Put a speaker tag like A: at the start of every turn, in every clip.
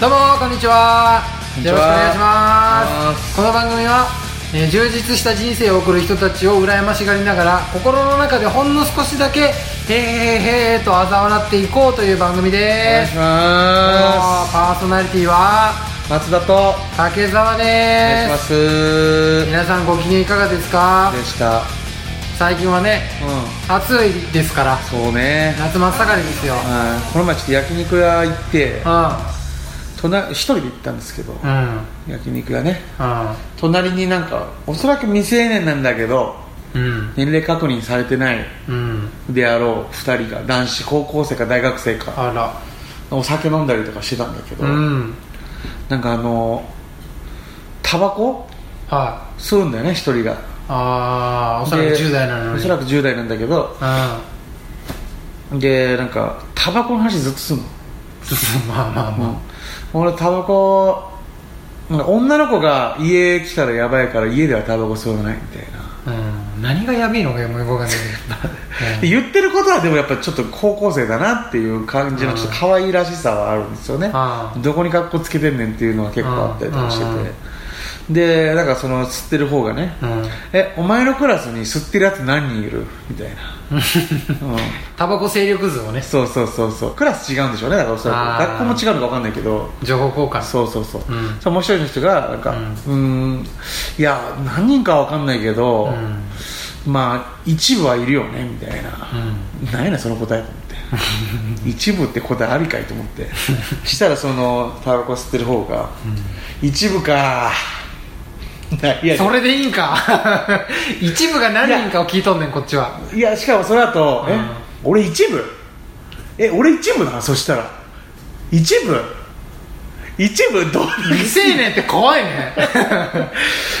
A: どうもこんにちは
B: こんに
A: よろしく
B: ち
A: お
B: は
A: 願いしま
B: お願いします
A: この番組は、えー充実した人生を送る人たちを羨ましがりながら心の中でほんの少しだけ「へーへーへー」と嘲笑っていこうという番組
B: お願
A: で
B: いし
A: す
B: ま
A: パーソナリティは
B: す松田とお
A: 竹澤
B: 願いし
A: で
B: ますすで
A: 皆さんご機嫌いかがですか
B: した
A: 最近はね
B: うん
A: 暑いですから
B: そうね
A: 夏真っ盛りですよ
B: はいこの前ちょっと焼肉屋行って
A: う
B: 隣一人で行ったんですけど
A: んうん
B: 焼肉屋ね
A: うん
B: 隣になんかおそらく未成年なんだけど
A: うん
B: 年齢確認されてない
A: うん
B: であろう2人が男子高校生か大学生か
A: あら
B: お酒飲んだりとかしてたんだけど、
A: うん
B: なんかあのタバコ
A: はい
B: 吸うんだよね一人が
A: ああおそらく
B: で
A: 10代なのに
B: おそらく10代なんだけど
A: う
B: でなんかタバコの話ずっとするの、
A: んまあまあま
B: うん、俺タバコなんか女の子が家来たらやばいから家ではタバコ吸わないみた
A: あ、
B: いな、
A: うん、何がやべえのかよもうよくわかんない
B: で
A: けど、
B: 言ってることはでもやっぱちょっと高校生だなっていう感じの
A: うん
B: ちょっと可愛らしさはあるんですよね、
A: ああ
B: どこに格好つけてんねんっていうのは結構あったりとかしてて、
A: うんうん
B: でなんかその吸ってる方がね、
A: うんうん、
B: えお前のクラスに吸ってるやつ何人いるみた いな、うん、
A: タバコ勢力図をね
B: そうそうそうそうクラス違うんでしょうねだからおそら
A: あー
B: く学校も違うのか分かんないけど
A: 情報交換
B: そうそうそう、
A: うん
B: そうもう一人の人がなんか
A: うん
B: うーんいや何人かは分かんないけど、
A: ん
B: まあ一部はいるよねみたいな、
A: うん
B: なんやねんその答えと思 って一部って答えありかいと思ってしたらそのタバコ吸ってる方が、一部かなんやねん
A: それでいいんか一部が何人かを聞いとんねんこっちはい
B: やしかもそれだと、
A: うん
B: え俺一部え俺一部なのそしたら一部一部どう
A: 未成年って怖い ね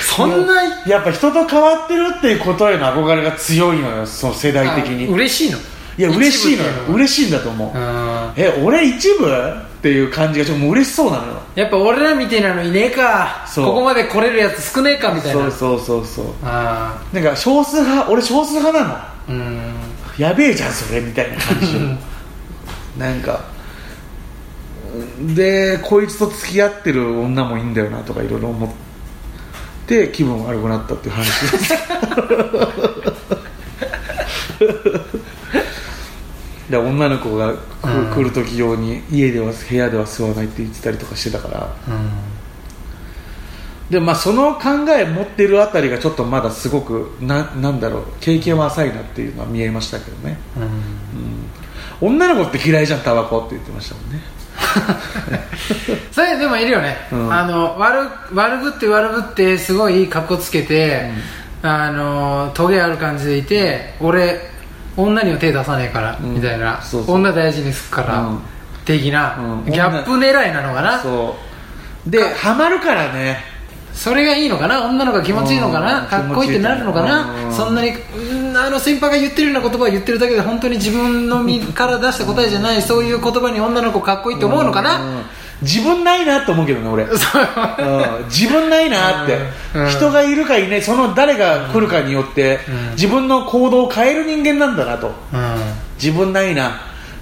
A: そんな
B: やっぱ人と変わってるっていうことへの憧れが強いのよその世代的にい
A: 嬉しいの
B: や嬉しいのよ
A: 一部ってう
B: 嬉しいんだと思う、
A: はうん
B: え俺一部っていう感じがちょっともう嬉しそうなのよ
A: やっぱ俺らみてえなのいねえか
B: そう
A: ここまで来れるやつ少ねえかみたいな
B: そうそうそうそう
A: あ
B: なんか少数派俺少数派なの
A: あうん
B: やべえじゃんそれみたいな感じなんかでこいつと付き合ってる女もいいんだよなとかいろいろ思って気分悪くなったっていう話ですで女の子がく
A: うん
B: 来る時用に家では部屋では吸わないって言ってたりとかしてたから
A: うん
B: でまあその考え持ってるあたりがちょっとまだすごくななんだろう経験は浅いなっていうのは見えましたけどね
A: うん
B: 女の子って嫌いじゃんタバコって言ってましたもんね
A: それでもいるよね、
B: うん
A: あの悪悪ぶって悪ぶってすごいいい格好つけて、あのトゲある感じでいて俺女には手出さねえから、
B: うん
A: みたいな
B: そうそう
A: 女大事にすっから、
B: うん
A: 的な、
B: うん
A: ギャップ狙いなのかなそ
B: そうでハマるからね
A: れがいいのかな女の子が気持ちいいのかな、
B: うん
A: かっこいいってなるのかな、
B: うん
A: そんなにうんあの先輩が言ってるような言葉を言ってるだけで本当に自分の身から出した答えじゃない、そういう言葉に女の子かっこいいって思うのかな、
B: うん自分ないなと思うけどね俺、う
A: そう、
B: ん、自分ないなって、
A: うん
B: 人がいるかいないその誰が来るかによって、
A: うん
B: 自分の行動を変える人間なんだなと
A: うん
B: 自分ないな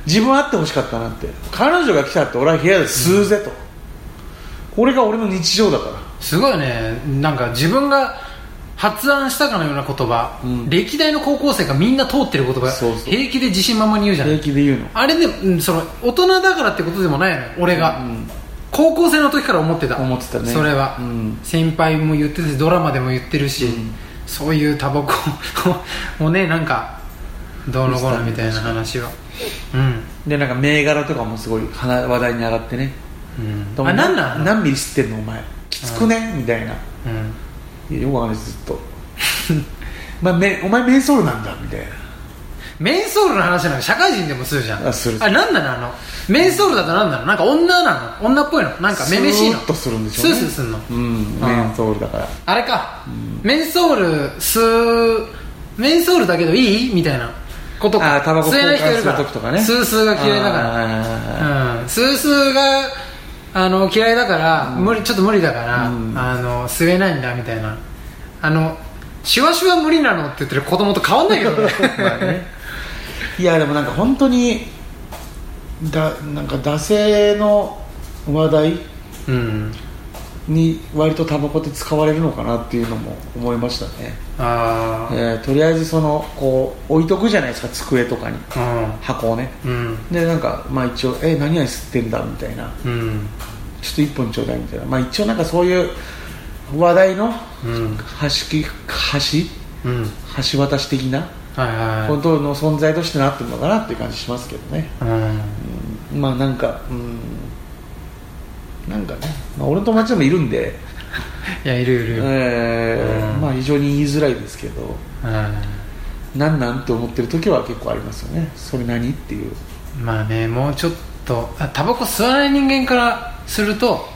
B: 自分あってほしかったなって彼女が来たって俺は部屋で吸うぜと、これが俺の日常だから
A: すごいねなんか自分が発案したかのような言葉、
B: うん
A: 歴代の高校生がみんな通ってる言葉
B: そうそう
A: 平気で自信満々に言うじゃな
B: 平
A: い
B: 気で言うの
A: あれで、うんその大人だからってことでもないのよ俺が、
B: うん
A: 高校生の時から思ってた
B: 思ってたね
A: それは、
B: うん
A: 先輩も言っててドラマでも言ってるし、
B: うん
A: そういうタバコををねなんかどうのこうのみたいな話をうん
B: でなんか銘柄とかもすごい話話題に上がってね
A: うん
B: でも
A: あなんなん
B: 何ミリ吸ってんのお前きつくねみたいな
A: うん
B: いやよくわかんないですずっと まあ、めお前メンソールなんだみたいな
A: メンソールの話なんか社会人でもするじゃん
B: あする
A: あれなんなのあのメンソールだとなんなのなんか女なの女っぽいのなんかめめしいの
B: スーッとするんでしょうね
A: スースーすんの
B: うん
A: あ
B: メ
A: ー
B: ンソールだから
A: あれか、メンソール吸うメンソールだけどいいみたいなことか
B: あータバコ
A: 吸えない人いるから
B: 交換する時とかね
A: スースーが嫌いだから
B: ら
A: うん、スースーがあの嫌いだから、無理ちょっと無理だから、
B: うん
A: あの吸えないんだみたいなあのシュワシュワ無理なのって言ってる子供と変わんないけどね
B: ま あねいやでもなんか本当にだなんか惰性の話題
A: うん
B: に割とタバコって使われるのかなっていうのも思いましたね、
A: ああ
B: えーとりあえずそのこう置いとくじゃないですか机とかに箱をね
A: うん
B: でなんかまあ一応「え何々吸ってんだ」みたいな
A: うん
B: 「ちょっと一本ちょうだい」みたいなまあ一応なんかそういう話題の
A: うん
B: 端き端
A: うん
B: 橋渡し的な
A: はいはい
B: 本当の存在としてなってるのかなっていう感じしますけどね
A: うん
B: まあなんかうんなんかね、まあ、俺の友達でもいるんで、
A: いやいるいる、
B: えー
A: うん
B: まあ非常に言いづらいですけど
A: う
B: なんなんって思ってる時は結構ありますよねそれ何っていうん
A: まあねもうちょっとあタバコ吸わない人間からすると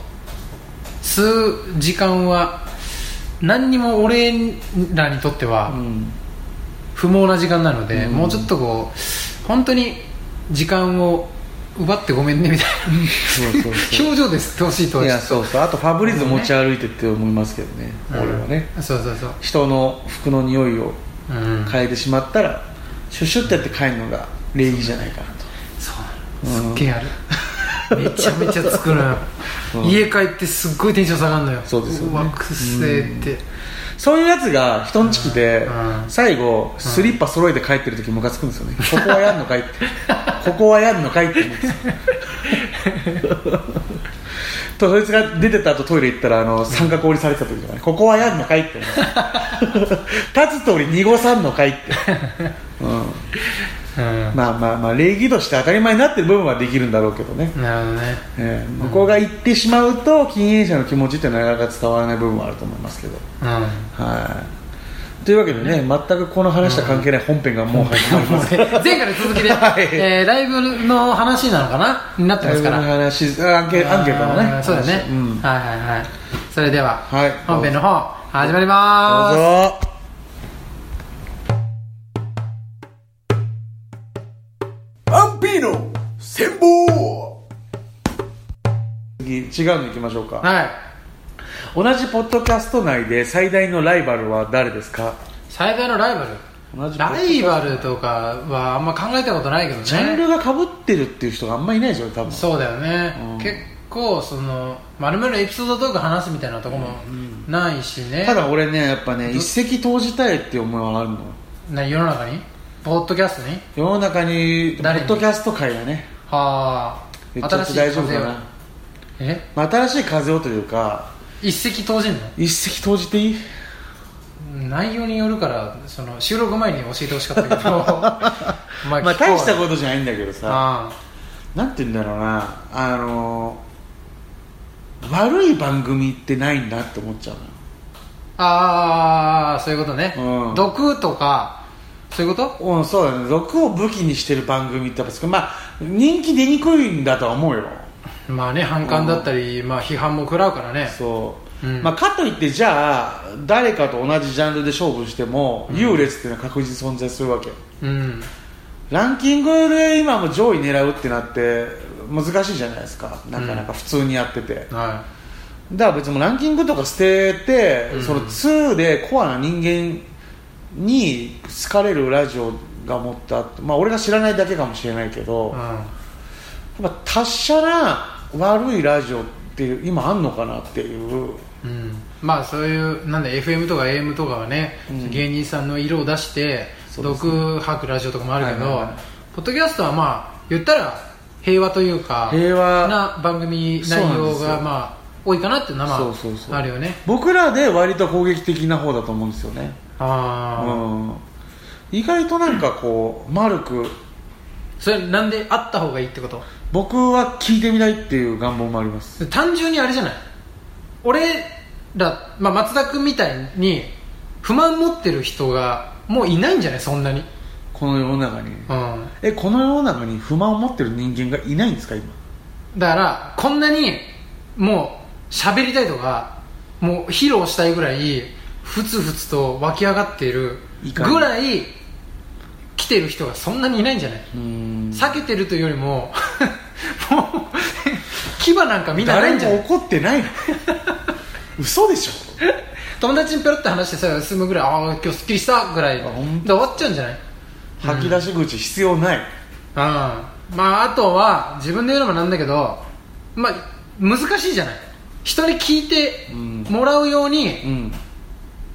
A: 吸う時間は何にも俺らにとって
B: う
A: は
B: ん
A: 不毛な時間なので、
B: うん
A: もうちょっとこう本当に時間を奪ってごめんねみたい
B: そうそう
A: な
B: そ
A: 表情で吸ってほしいと
B: う
A: はいちょ
B: や
A: っ
B: そうそうあとファブリーズ持ち歩いてって思いますけどね、
A: と
B: 俺はね
A: うんそうそうそう
B: 人の服の匂いを
A: うん
B: 嗅いでしまったらシュッシュってやって帰るのが礼儀じゃないかなと
A: そう
B: うん
A: すっげえあるめちゃめちゃ作るのよ
B: うん
A: 家帰ってすっごいテンション下がるのよ
B: そうですよね
A: わくせーって
B: そういうやつが人んち来て
A: うんうん
B: 最後スリッパ揃えて帰ってる時ムカつくんですよね、ここはやんのかいってここはやんのかいって思うんですよ とそいつが出てった後トイレ行ったらあの三角折りされてた時じゃないここはやんのかいって 思う立つ通り濁さんのかいって、うん、
A: うん
B: まあまあまあ礼儀として当たり前になってる部分はできるんだろうけどね、
A: なるほどね
B: ええ向こうが行ってしまうと禁煙者の気持ちってなかなか伝わらない部分はあると思いますけど
A: うん
B: はい。というわけでね、全くこの話とは関係ない本編がもう始まります。
A: 前回の続きで、
B: はい
A: えーライブの話なのかなにな ってますから
B: だいぶ話、あアンケアンケートの
A: あー
B: ね。
A: そうだね、
B: 話うん。
A: はいはいはいそれでは、
B: はい
A: 本編の方始まります
B: どうぞ。アンピーノ戦法次、違うの行きましょうか。
A: はい
B: 同じポッドキャスト内で最大のライバルは誰ですか
A: 最大のライバル
B: 同じポッド
A: ライバルとかはあんま考えたことないけどね
B: ジャンルが被ってるっていう人があんまいないでしょ、多分。
A: そうだよね、
B: うん
A: 結構そのまるまるエピソードトーク話すみたいなとこもないしね、
B: ただ俺ね、やっぱね、一石投じたいっていう思いはあるのよ。
A: な世の中にポッドキャストに
B: 世の中にポ
A: 誰
B: ッ
A: に
B: ドキャスト界がね
A: は
B: 言
A: あ
B: っち
A: 新
B: ゃっ
A: してい
B: 大丈夫
A: 風
B: か
A: を
B: な、
A: え
B: まあ、新しい風をというか
A: 一石投じんの
B: 一石投じていい
A: 内容によるからその収録前に教えてほしかったけど ま
B: ま
A: 聞
B: あ、
A: こうよ
B: 大したことじゃないんだけどさ
A: あ
B: なんて言うんだろうなあのー悪い番組ってないんだって思っちゃうのよ
A: あああそういうことね、
B: うん
A: 毒とかそういうこと
B: うん、そうだね毒を武器にしてる番組ってやっぱ少ないまあ人気出にくいんだとは思うよ
A: まあね反感だったり、まあ批判も食らうからね
B: そう、
A: うん
B: まあ、かといってじゃあ誰かと同じジャンルで勝負しても優劣っていうのは確実に存在するわけ、
A: うん
B: ランキングで今も上位狙うってなって難しいじゃないですかなかなか普通にやってて、
A: は
B: だから別にもうランキングとか捨てて、
A: うん
B: その2でコアな人間に好かれるラジオが持ったまあ俺が知らないだけかもしれないけ
A: い、
B: ど、
A: う
B: やっ
A: ん
B: ぱ達者な悪いラジオっていう今あんのかなっていう
A: うん、まあそういうなんだ FM とか AM とかはね、
B: うん
A: 芸人さんの色を出して
B: そうですね
A: 毒吐くラジオとかもあるけど、
B: はいはいはい
A: ポッドキャストはまあ言ったら平和というか
B: 平和
A: な番組
B: そ
A: 内
B: うなんで
A: 容
B: すよ
A: がまあ多いかなっていうのはまあ
B: そうそうそう
A: あるよね
B: 僕らで割と攻撃的な方だと思うんですよね
A: ああ、
B: うん意外となんかこう丸く
A: それなんであった方がいいってこと
B: 僕は聞いてみたいっていう願望もあります
A: 単純にあれじゃない俺ら、まあ、松田君みたいに不満持ってる人がもういないんじゃないそんなに
B: この世の中に
A: うん
B: えこの世の中に不満を持ってる人間がいないんですか今
A: だからこんなにもう喋りたいとかもう披露したいぐらいふつふつと湧き上がっている
B: いかに
A: ぐらい来てる人がそんなにいないんじゃない、
B: うん
A: 避けてるというよりももう牙なんかみんなない
B: 誰
A: んじゃな
B: も
A: い
B: 怒ってないの嘘でしょ
A: 友達にペロって話してさ済むぐらいああ今日すっきりしたぐらいで
B: あほんと
A: 終わっちゃうんじゃない
B: 吐き出し口必要ない、
A: うんまああとは自分で言うのもなんだけどまあ難しいじゃない人に聞いて
B: うん
A: もらうように
B: うん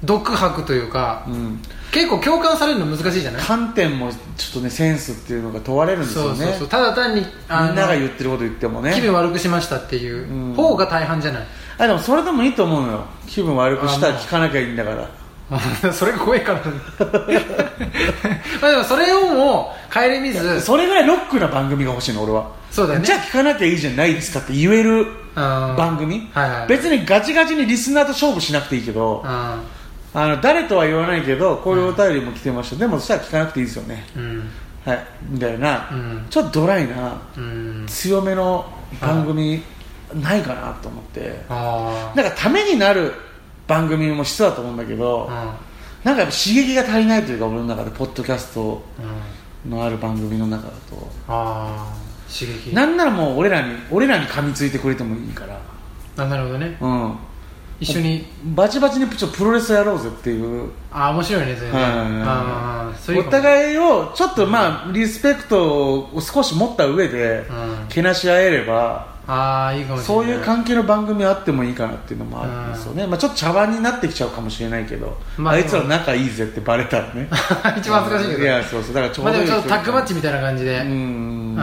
A: 独白というか、
B: うん
A: 結構共感されるの難しいじゃない
B: 観点もちょっとねセンスっていうのが問われるんです
A: そ
B: よ
A: う
B: ね
A: そうそうただ単に
B: みんなが
A: う
B: 言ってること言ってもね
A: 気分悪くしましたっていううん方が大半じゃない、
B: あでもそれでもいいと思うのよ気分悪くしたら聞かなきゃいいんだから
A: それが怖いからねまあでもそれをもう顧みず
B: それぐらいロックな番組が欲しいの俺は
A: そうだよね
B: じゃあ聞かなきゃいいじゃないですかって言える番
A: 番
B: 組、
A: はいはい
B: 別にガチガチにリスナーと勝負しなくていいけど、あの誰とは言わないけどこういうお便りも来てました、でもそしたら聞かなくていいですよね
A: うん
B: はいみたいな、
A: うん
B: ちょっとドライな
A: うん
B: 強めの番組ないかなと思って
A: あ
B: なんかためになる番組も必要だと思うんだけど、
A: あ
B: なんかやっぱ刺激が足りないというか俺の中でポッドキャスト
A: うんうん
B: のある番組の中だと
A: あー刺激
B: なんならもう俺らに俺らに噛みついてくれてもいいから
A: あなるほどね
B: うん
A: 一緒に
B: バチバチにちょっとプロレスやろうぜっていう
A: ああ面白いねそれね
B: はい
A: ああそういう
B: お互いをちょっとまあリスペクトを少し持った上で
A: うん
B: けなし合えれば
A: ああいいかもしれ
B: そ
A: ないう
B: いう関係の番組あってもいいかなっていうのもあるんですよね、まあ、ちょっと茶番になってきちゃうかもしれないけど、
A: まあ
B: あいつら仲いいぜってバレた らね
A: 一番恥ずかしいけど
B: いやそうそうだからちょう
A: まあ
B: ど
A: で
B: い
A: もちょ
B: い
A: っとタッグマッチみたいな感じで、
B: う
A: うん
B: ん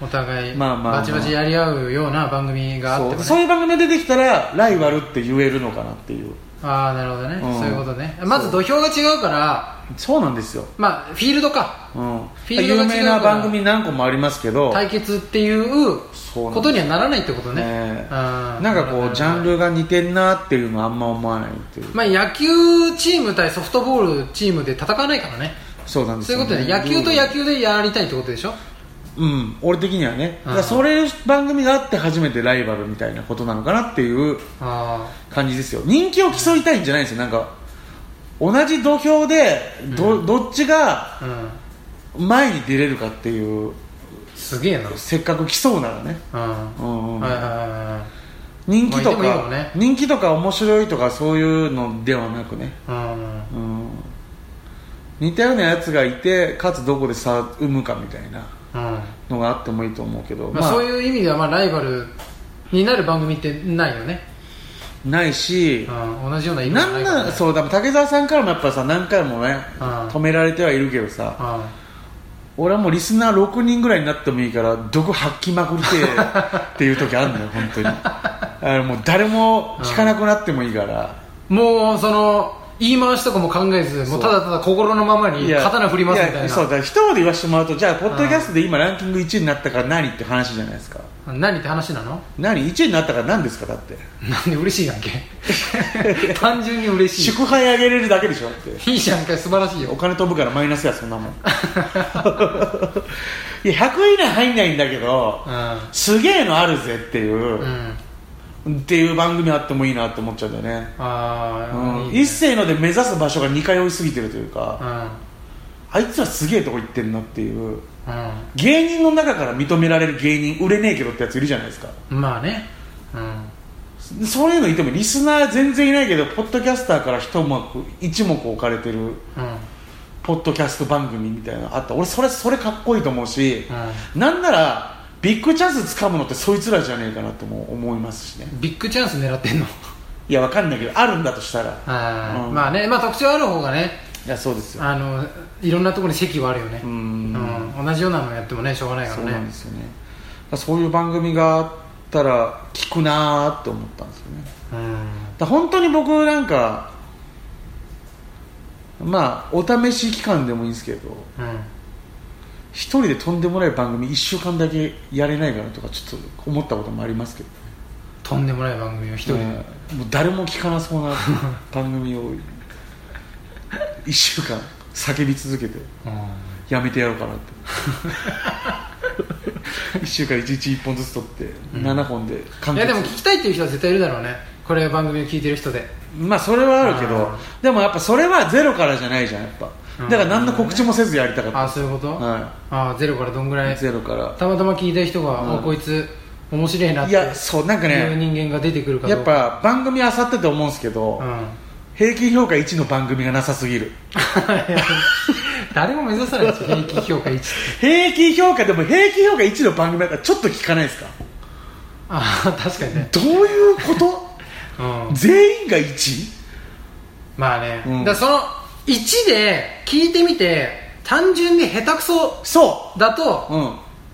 A: お互い
B: まあまあまあ
A: バチバチやり合うような番組があって
B: そ
A: も、
B: う
A: ね、
B: そういう番組が出てきたらライバルって言えるのかなっていう
A: ああなるほどね、
B: うん
A: そういうことねまず土俵が違うから
B: そうなんですよ、
A: まあフィールドか
B: うん、
A: フィールドが違
B: 有
A: うから
B: 名な番組何個もありますけど、
A: 対決っていう
B: そうなんです
A: ことにはならないってことね
B: ね
A: あー
B: なんかこ
A: るほど
B: うジャンルが似てんなっていうのはあんま思わないっていう、
A: まあ野球チーム対ソフトボールチームで戦わないからね
B: そうなんです
A: そうい
B: よ、
A: う
B: ね、
A: ことで野球と野球でやりたいってことでしょ
B: うん俺的にはね、だからそれ番組があって初めてライバルみたいなことなのかなっていう
A: あ
B: 感じですよ人気を競いたいんじゃないんですよなんか同じ土俵でど,、どっちが
A: あうん
B: 前に出れるかっていう
A: すげえな
B: せっかく競うならね、
A: うん
B: うんうん
A: はいはいはいはい
B: 人気
A: まあ
B: とか、
A: いてもいいかもね
B: 人気とか面白いとかそういうのではなくね、
A: うん
B: うん、似たようなやつがいてかつどこで差を生むかみたいな
A: うん
B: のがあってもいいと思うけど、
A: まあ、そういう意味ではまあライバルになる番組ってないよね、
B: ないし、
A: うん、同じような意味
B: な
A: はなんいから
B: な
A: ね
B: らそうだから竹澤さんからもやっぱさ何回もね、
A: うん
B: 止められてはいるけどさ、俺はもうリスナー6人ぐらいになってもいいから毒吐きまくりてえっていう時あるのよ本当にあのもう誰も聞かなくなってもいいから、
A: うんもうその言い回しとかも考えずもうただただ心のままに
B: や
A: 刀振りますみ
B: い
A: たい
B: やそう
A: な
B: だから一言言わせてもらうとじゃあポッドキャストで今ランキング1位になったから何って話じゃないですか
A: 何って話な の
B: 何1位になったから何ですかだって
A: なんで嬉しいやんけ 単純に嬉し
B: 祝杯あげれるだけでしょだって
A: いいいじゃんか素晴らしい
B: お
A: よ
B: 金飛ぶからマイナスやそん なもんいや100位以内入んないんだけど
A: う
B: すげえのあるぜっていう、
A: ん、うん、
B: っていう番組あってもいいなって思っちゃうんだよね
A: ああ、
B: うん
A: いいね
B: 一斉ので目指す場所が2回追いすぎてるというか、
A: うん
B: あいつらすげえとこ行ってんなっていう
A: う
B: 芸人の中から認められる芸人売れねえけどってやついるじゃないですか
A: んまあねうん
B: そういうのいてもリスナー全然いないけどポッドキャスターから一幕一目置かれてる
A: うん
B: ポッドキャスト番組みたいなのあった俺それそれかっこいいと思うし、
A: う
B: なんならビッグチャンス掴むのってそいつらじゃねえかなとも思いますしね
A: ビッグチャンス狙って んの
B: いやわかんないけどあるんだとしたら
A: あー
B: うん
A: まあねまあ特徴ある方がね
B: いやそうですよ
A: あのいろんなところに席はあるよね、
B: うん
A: うん同じようなのやってもねしょうがないか
B: そ
A: ら
B: うなんで
A: ね
B: すよねだからそういう番組があったら聞くなーって思ったんですよねだか
A: うん
B: ら本当に僕なんかまあお試し期間でもいいんですけど
A: うん
B: 一人でとんでもない番組1週間だけやれないかなとかちょっと思ったこともありますけど
A: とんでもない番組を一人で、
B: ねもう誰も聞かなそうな番組を1週間叫び続け
A: う
B: て
A: ん
B: やめてやろうかなって1週間1日1本ずつ取って
A: うん
B: 7本で完
A: い
B: 結
A: やでも聞きたいっていう人は絶対いるだろうねこれ番組を聞いてる人で
B: まあそれはあるけ
A: あ
B: どでもやっぱそれはゼロからじゃないじゃんやっぱ
A: うん
B: だから何の告知もせずやりたか
A: ああ
B: っ
A: そういうこと、
B: た、は
A: ああゼロからどんぐら
B: い、
A: い
B: ゼロから
A: たまたま聞いた人が、
B: うん
A: あこいつ面白いなっ
B: い
A: て
B: やそうなんか
A: いう
B: ね
A: 人間が出てくるか
B: や
A: ど
B: っ
A: うか
B: ぱ番組あさってて思うんですけど、平均評価1の番組がなさすぎる
A: うん 誰も目指さないですよ平均評価1って
B: 平均評価でも平均評価1の番組だからちょっと聞かないですか
A: あー確かにね、
B: どういうこ
A: うん
B: と 全員が 1?
A: まあね、
B: うん
A: だからその1で聞いてみて単純に下手くそ
B: そ
A: だと
B: う、うん、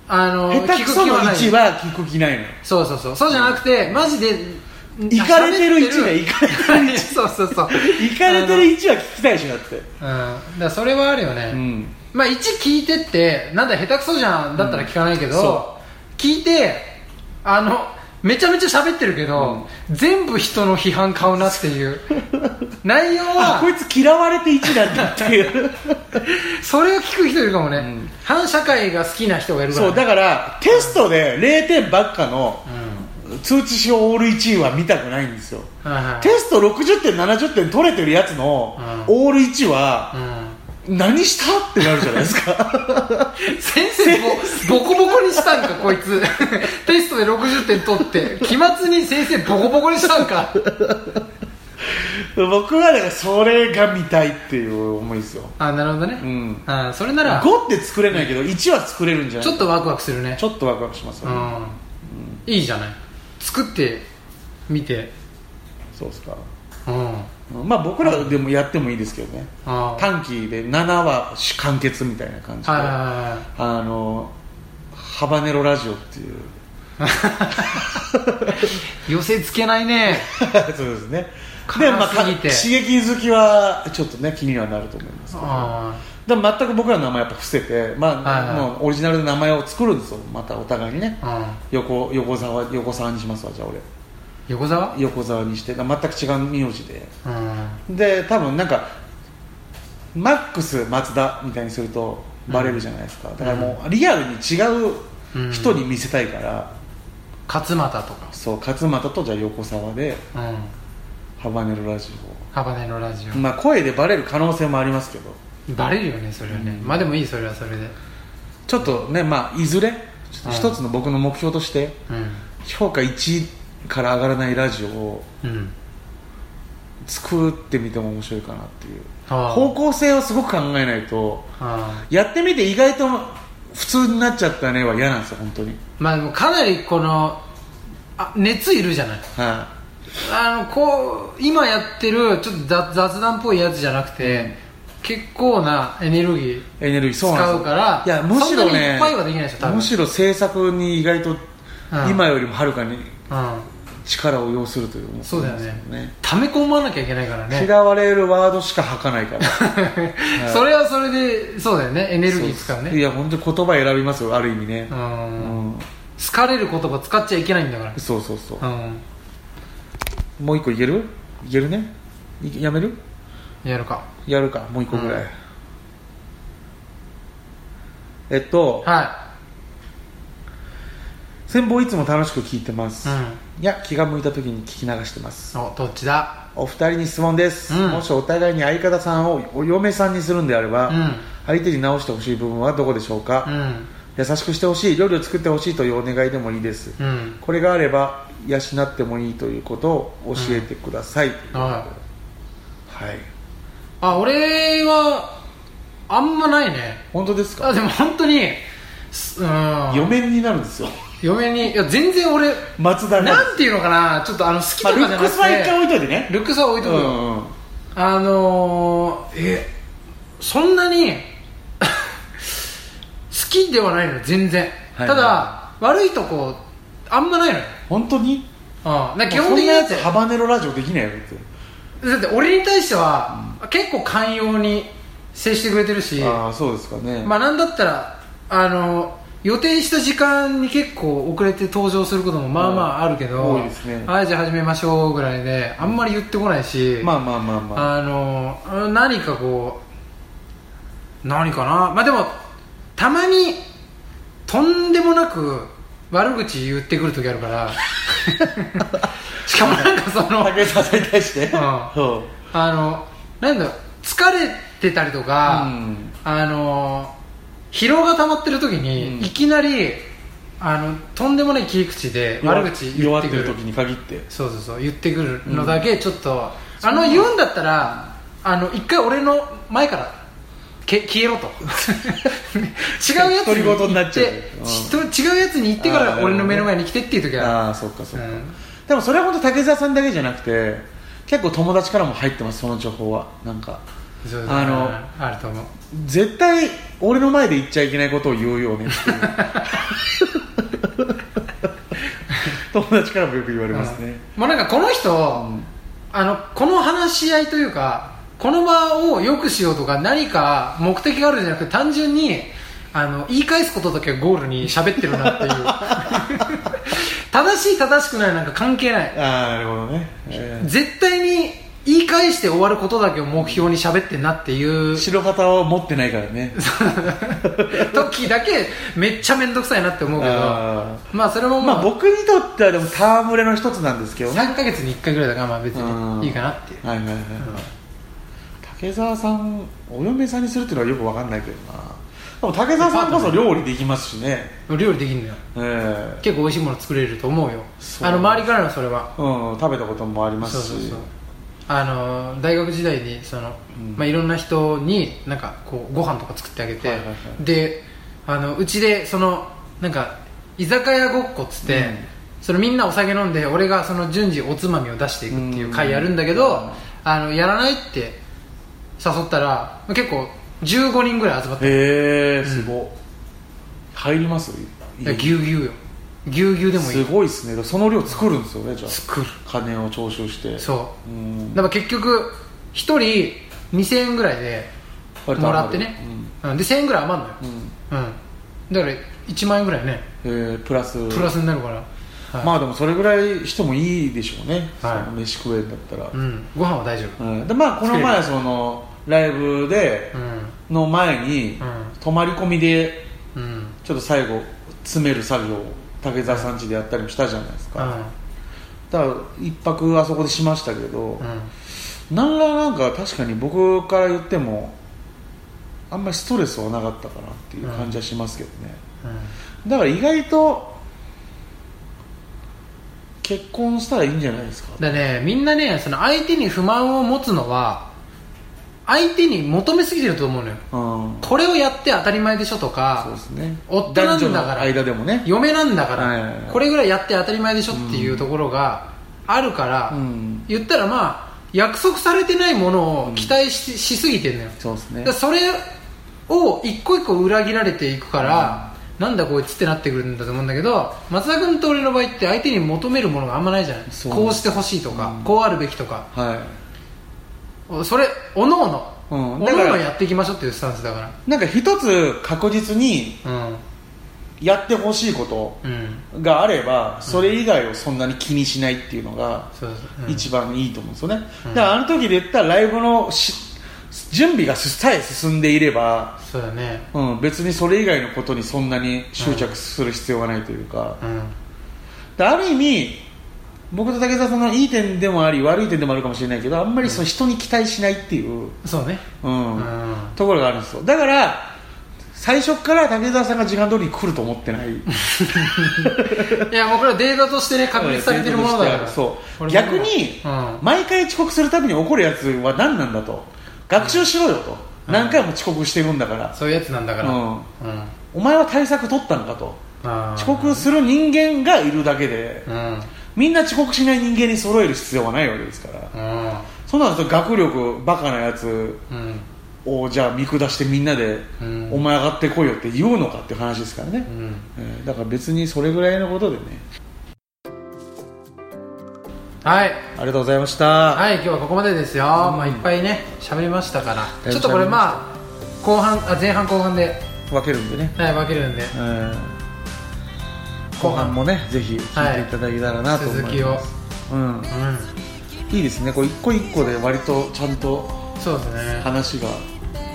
A: あの
B: 下手くそ
A: 聞
B: の
A: く気はない
B: 1は聞く気ない の
A: そうそうそうそうじゃなくてマジで
B: イカれてる
A: 喋っ
B: 1ねイカれてる
A: そうそうそう
B: イカれてる1は聞きたいでしょだって
A: あのうんだからそれはあるよね、
B: うん
A: まあ1聞いてってなんだ下手くそじゃんだったら聞かないけ
B: うん
A: ど
B: そ、
A: 聞いてあのめちゃめちゃ喋ってるけど、全部人の批判買うなっていう 内容
B: あこ
A: はい
B: つ嫌われて1だったって いう
A: それを聞く人いるかもね、
B: ん
A: 反社会が好きな人がいるから、ね、
B: そうだからテストで0点ばっかの通知表オール1位は見たくないんですよ
A: うんはいはい
B: テスト60点70点取れてるやつの
A: う
B: オール1は
A: う
B: 何したってなるじゃないです か
A: ん、先生もボコボコにしたんかこい つテストで60点取って期末に先生ボコボコにしたんか
B: 僕はだからそれが見たいっていう思いですよ
A: あなるほどね、
B: うん
A: あそれなら
B: 5って作れないけど1は作れるんじゃない
A: ちょっとワクワクするね
B: ちょっとワクワクします
A: う
B: よね、
A: んいいじゃない作ってみて
B: そうですか
A: うん
B: まあ僕らでもやってもいいですけどね
A: あー
B: 短期で7話完結みたいな感じで、
A: はいはいはいはい
B: あのハバネロラジオっ ていう
A: 寄せつけないね
B: そうですね
A: 辛
B: で、まあ、
A: す
B: か
A: ぎ
B: 刺
A: て
B: 激好きはちょっとね気にはなると思いますけど
A: あ
B: でも全く僕らの名前やっぱ伏せて、まあ
A: はいはい
B: もうオリジナルの名前を作るんですよまたお互いにね
A: ーうん
B: 横横沢横沢にしますわじゃあ
A: 横澤
B: 俺横沢にして全く違う名字で
A: うん
B: で多分なんかマックス松田みたいにするとバレるじゃないですか、だからもうリアルに違う人に見せたいから、
A: 勝俣とか
B: そう勝俣とじゃあ横沢で
A: うん
B: ハバネロラジ
A: ハバネロラジ
B: オ、まあ、声でバレる可能性もありますけど
A: オバレるよねそれはね、
B: うん
A: まあでもいいそれはそれで
B: ちょっとねまあいずれちょっと一つの僕の目標として
A: うん
B: 評価1から上がらないラジオを
A: うん
B: 作ってみても面白いかなっていう
A: ああ
B: 方向性をすごく考えないと
A: ああ
B: やってみて意外と普通になっちゃったねは嫌なんですよ本当に
A: まあでもかなりこのあ熱いるじゃない
B: は
A: あのこう今やってるちょっと雑雑談っぽいやつじゃなくて、結構なエネルギー
B: いエネルギーそうなんです
A: 使
B: よ
A: うから
B: いやむしろ
A: そんなにい
B: ね
A: っぱいはできないでしょ多分
B: むしろ制作に意外と
A: うん
B: 今よりもはるかに
A: うん
B: 力を要するという
A: そうだよね
B: ね
A: 溜め込まなきゃいけないからね
B: 嫌われるワードしか吐かないから
A: それはそれでそうだよ ねエネルギー使う
B: そうい
A: ね
B: や本当に言葉選びますよある意味ね
A: う、
B: うんん
A: 好かれる言葉使っちゃいけないんだか
B: そうそうそう
A: らうん
B: もう一個いけるいけるねいやめる
A: やるか
B: やるかもう一個ぐら
A: う
B: い、
A: ん
B: えっと、
A: は
B: 先方いつも楽しく聞いてます、
A: い
B: いや気が向いた時に聞き流してます
A: うんおどっちだ
B: お二人に質問です、
A: うん
B: もしお互いに相方さんをお嫁さんにするんであれば、
A: うん
B: 相手に直してほしい部分はどこでしょうか、
A: うん
B: 優しくしてほしい料理を作ってほしいというお願いでもいいです、
A: うん
B: これがあれば養ってもいいということを教えてください、
A: はい
B: はい
A: あ俺はあんまないね
B: 本当ですか
A: あでも本当にすうん
B: 嫁になるんですよ
A: 嫁にいや全然俺
B: 松田が
A: なんていうのかなちょっとあの好きとか
B: まあ、
A: じ
B: ル
A: ゃな
B: ック
A: く
B: スは一
A: て
B: 回置いといてね
A: ルックスは置いとくよ
B: うんうん
A: あのー、えそんなに好きではないのよ全然、
B: はい
A: ただ悪いとこあんまないのよ
B: 本当に
A: うん、だから基
B: そ
A: 本
B: んな
A: 的にだ
B: や
A: っ
B: つ
A: て
B: ハバネロラジオできないよだって
A: だって俺に対しては、結構寛容に接してくれてるし
B: ああそうですかね、
A: まあなんだったらあの予定した時間に結構遅れて登場することもまあまああるけど、
B: うん多いですね
A: はいじゃあ始めましょうぐらいであんまり言ってこないし、
B: まあまあまあまあ
A: あの何かこう何かなまあでもたまにとんでもなく悪口言ってくる時あるから しかもなんかその
B: 武田さんに対して
A: ん
B: そう
A: あのなんだろう疲れてたりとか、
B: うん
A: あの疲労が溜まってる時に、
B: うん
A: いきなりあのとんでもない切り口で悪口言
B: 弱
A: っ
B: ってて
A: く
B: る
A: る
B: 時に限って
A: そうそうそう言ってくるのだけちょっと、あの言うんだったらあの一回俺の前からけ消え ろと違うやつ
B: 独り言に
A: に
B: な
A: 行
B: っ
A: っ
B: ちゃう
A: てち違うやつに行ってか
B: あ
A: ら
B: ー
A: 俺の目の前に来てっていう時は
B: ああそっかそっか、
A: うん
B: でもそれは本当竹澤さんだけじゃなくて結構友達からも入ってますその情報はなんか
A: そうだ
B: あの
A: あると思う
B: 絶対俺の前で言っちゃいけないことを言うよね っていう友達からもよく言われますね、
A: うんもうなんかこの人、
B: ん
A: あのこの話し合いというかこの場を良くしようとか何か目的があるんじゃなくて単純にあの言い返すことだけをゴールに喋ってるな っていう正しい正しくないなんか関係ない
B: ああなるほどね、え
A: 絶対に言い返して終わることだけを目標に喋ってんなっていう
B: ー白旗を持ってないからね
A: 時だけめっちゃ面倒くさいなって思うけど
B: あ
A: まあそれも
B: ーま
A: ま
B: あ
A: あ、
B: 僕にとってはでも戯れの一つなんですけどね
A: 3ヶ月に1回ぐらいだからまあ別
B: うん
A: にいいかなっていう
B: はいはいはい、はい竹澤さんお嫁さんにするっていうのはよくわかんないけどなでも竹澤さんこそ料理できますしね
A: 料理できるのよ
B: ええ
A: 結構美味しいもの作れると思うよ
B: そう
A: あの周りからのそれは
B: うん、食べたこともありま
A: そう
B: すし
A: そうそうあの大学時代にその、
B: うん
A: まあ、いろんな人になんかこうご飯とか作ってあげて、
B: はいはいは
A: であのうちでそのなんか居酒屋ごっこっつって、
B: うん
A: そのみんなお酒飲んで俺がその順次おつまみを出していくっていう会やるんだけ
B: う
A: ど、
B: ん
A: あのやらないって誘ったら結構15人ぐらい集まって
B: へえすごい、入ります
A: いやぎゅうぎゅうよぎゅうぎゅうでもい
B: す
A: い
B: ごいですねその量作るんですよねじゃあ
A: 作る
B: 金を徴収して
A: そううんだから結局1人2000円ぐらいで
B: 割と
A: も
B: 余る
A: らってね、うん、で1000円ぐらい余るのよ
B: う、ん、
A: うん、だから1万円ぐらいね
B: うんえープラス
A: プラスになるから、はい
B: まあでもそれぐらいしてもいいでしょうね、
A: はい
B: その飯食えんだったら、
A: うん、ご飯は大丈夫
B: うんでまあこの前そのライブで
A: うん
B: の前に
A: うん
B: 泊まり込みで
A: うん
B: ちょっと最後詰める作業を竹澤さん家でやったりもしたじゃないです
A: う
B: か、
A: ん
B: だから一泊あそこでしましたけど、
A: うん
B: なんらなんか確かに僕から言ってもあんまりストレスはなかったかなっていう感じはしますけどね、だから意外と結婚したらいいんじゃないですか
A: だねみんなねその相手に不満を持つのは相手に求めすぎてると思うのよ
B: うん
A: これをやって当たり前でしょと
B: そうで
A: か
B: すね
A: 夫なんだから
B: 男女の間でもね
A: 嫁なんだから、
B: はい
A: これぐらいやって当たり前でしょっていうところがあるから、
B: うん
A: 言ったらまあ約束されてないものを期待し,、しすぎてるのよ
B: そうですね
A: だからそれを一個一個裏切られていくから、なんだこいつってなってくるんだと思うんだけど松田君と俺の場合って相手に求めるものがあんまないじゃない
B: そう
A: こうしてほしいとか、
B: うん
A: こうあるべきとか
B: は
A: それおのおの
B: う
A: お
B: ん
A: の
B: だから
A: やっていきましょうっていうスタンスだか
B: いなんか一つ確実に
A: ら
B: やってほしいこ
A: うんうん
B: とがあればそれ以外をそんなに気にしないっていうのが
A: そうそう、うん
B: 一番いいと思うんですよね、
A: うん
B: だからあの時で言ったらライブのし準備がさえ進んでいれば、
A: そうだね
B: うん、別にそれ以外のことにそんなに執着する必要がないというか,、
A: うん
B: である意味僕と竹澤さんのいい点でもあり悪い点でもあるかもしれないけどあんまりその人に期待しないっていう、
A: そうね
B: うん
A: うん
B: ところがあるんですよだから最初から竹澤さんが時間通りに来ると思ってない
A: いやもうこれはデータとしてね確立されてるものだから
B: そ
A: こ
B: う
A: れも
B: 逆に、
A: うん
B: 毎回遅刻するたびに怒るやつは何なんだと学習しろよと、何回も遅刻していくんだから、
A: そういうやつなんだから、
B: うん
A: うん
B: お前は対策取ったのかと
A: あー
B: 遅刻する人間がいるだけで、
A: うん
B: みんな遅刻しない人間に揃える必要はないわけですから、
A: うん
B: そんなの学力バカなやつ
A: うん
B: をじゃあ見下してみんなで、
A: うん
B: お前上がってこいよって言うのかって話ですからね、
A: うん
B: えーだから別にそれぐらいのことでね
A: はい、
B: ありがとうございました、
A: はい、今日はここまでですよ、まあ、いっぱいね喋りましたから
B: だいぶ
A: ちょっとこれまあ後半あ前半後半で、
B: 分けるんでね
A: はい、分けるんで
B: えー
A: 後
B: 後
A: 半
B: 半
A: も
B: もねぜひ聞いていただけたらなと思いま
A: は
B: す、
A: い続
B: うん、
A: う
B: いいですねこう一個一個で割とちゃんと
A: んそうですね、
B: 話が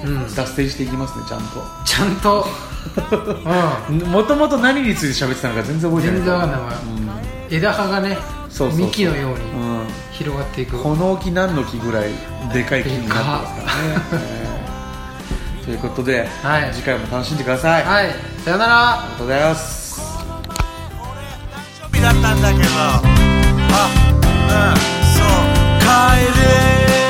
A: うん、
B: 脱線していきますねちゃん
A: ちゃん と、う
B: ともともと何について喋ってたのか全然覚えてない
A: 全然わかんないわん、枝葉がね
B: うんそうそうそう
A: 幹のように
B: うん
A: 広がっていく
B: この木何の木ぐらいでかい木になってますからね、えーということで、
A: はい
B: 次回も楽しんでください、あ
A: はいさよなら
B: りがとうございます
C: 日だったんだけどあうんそう帰れ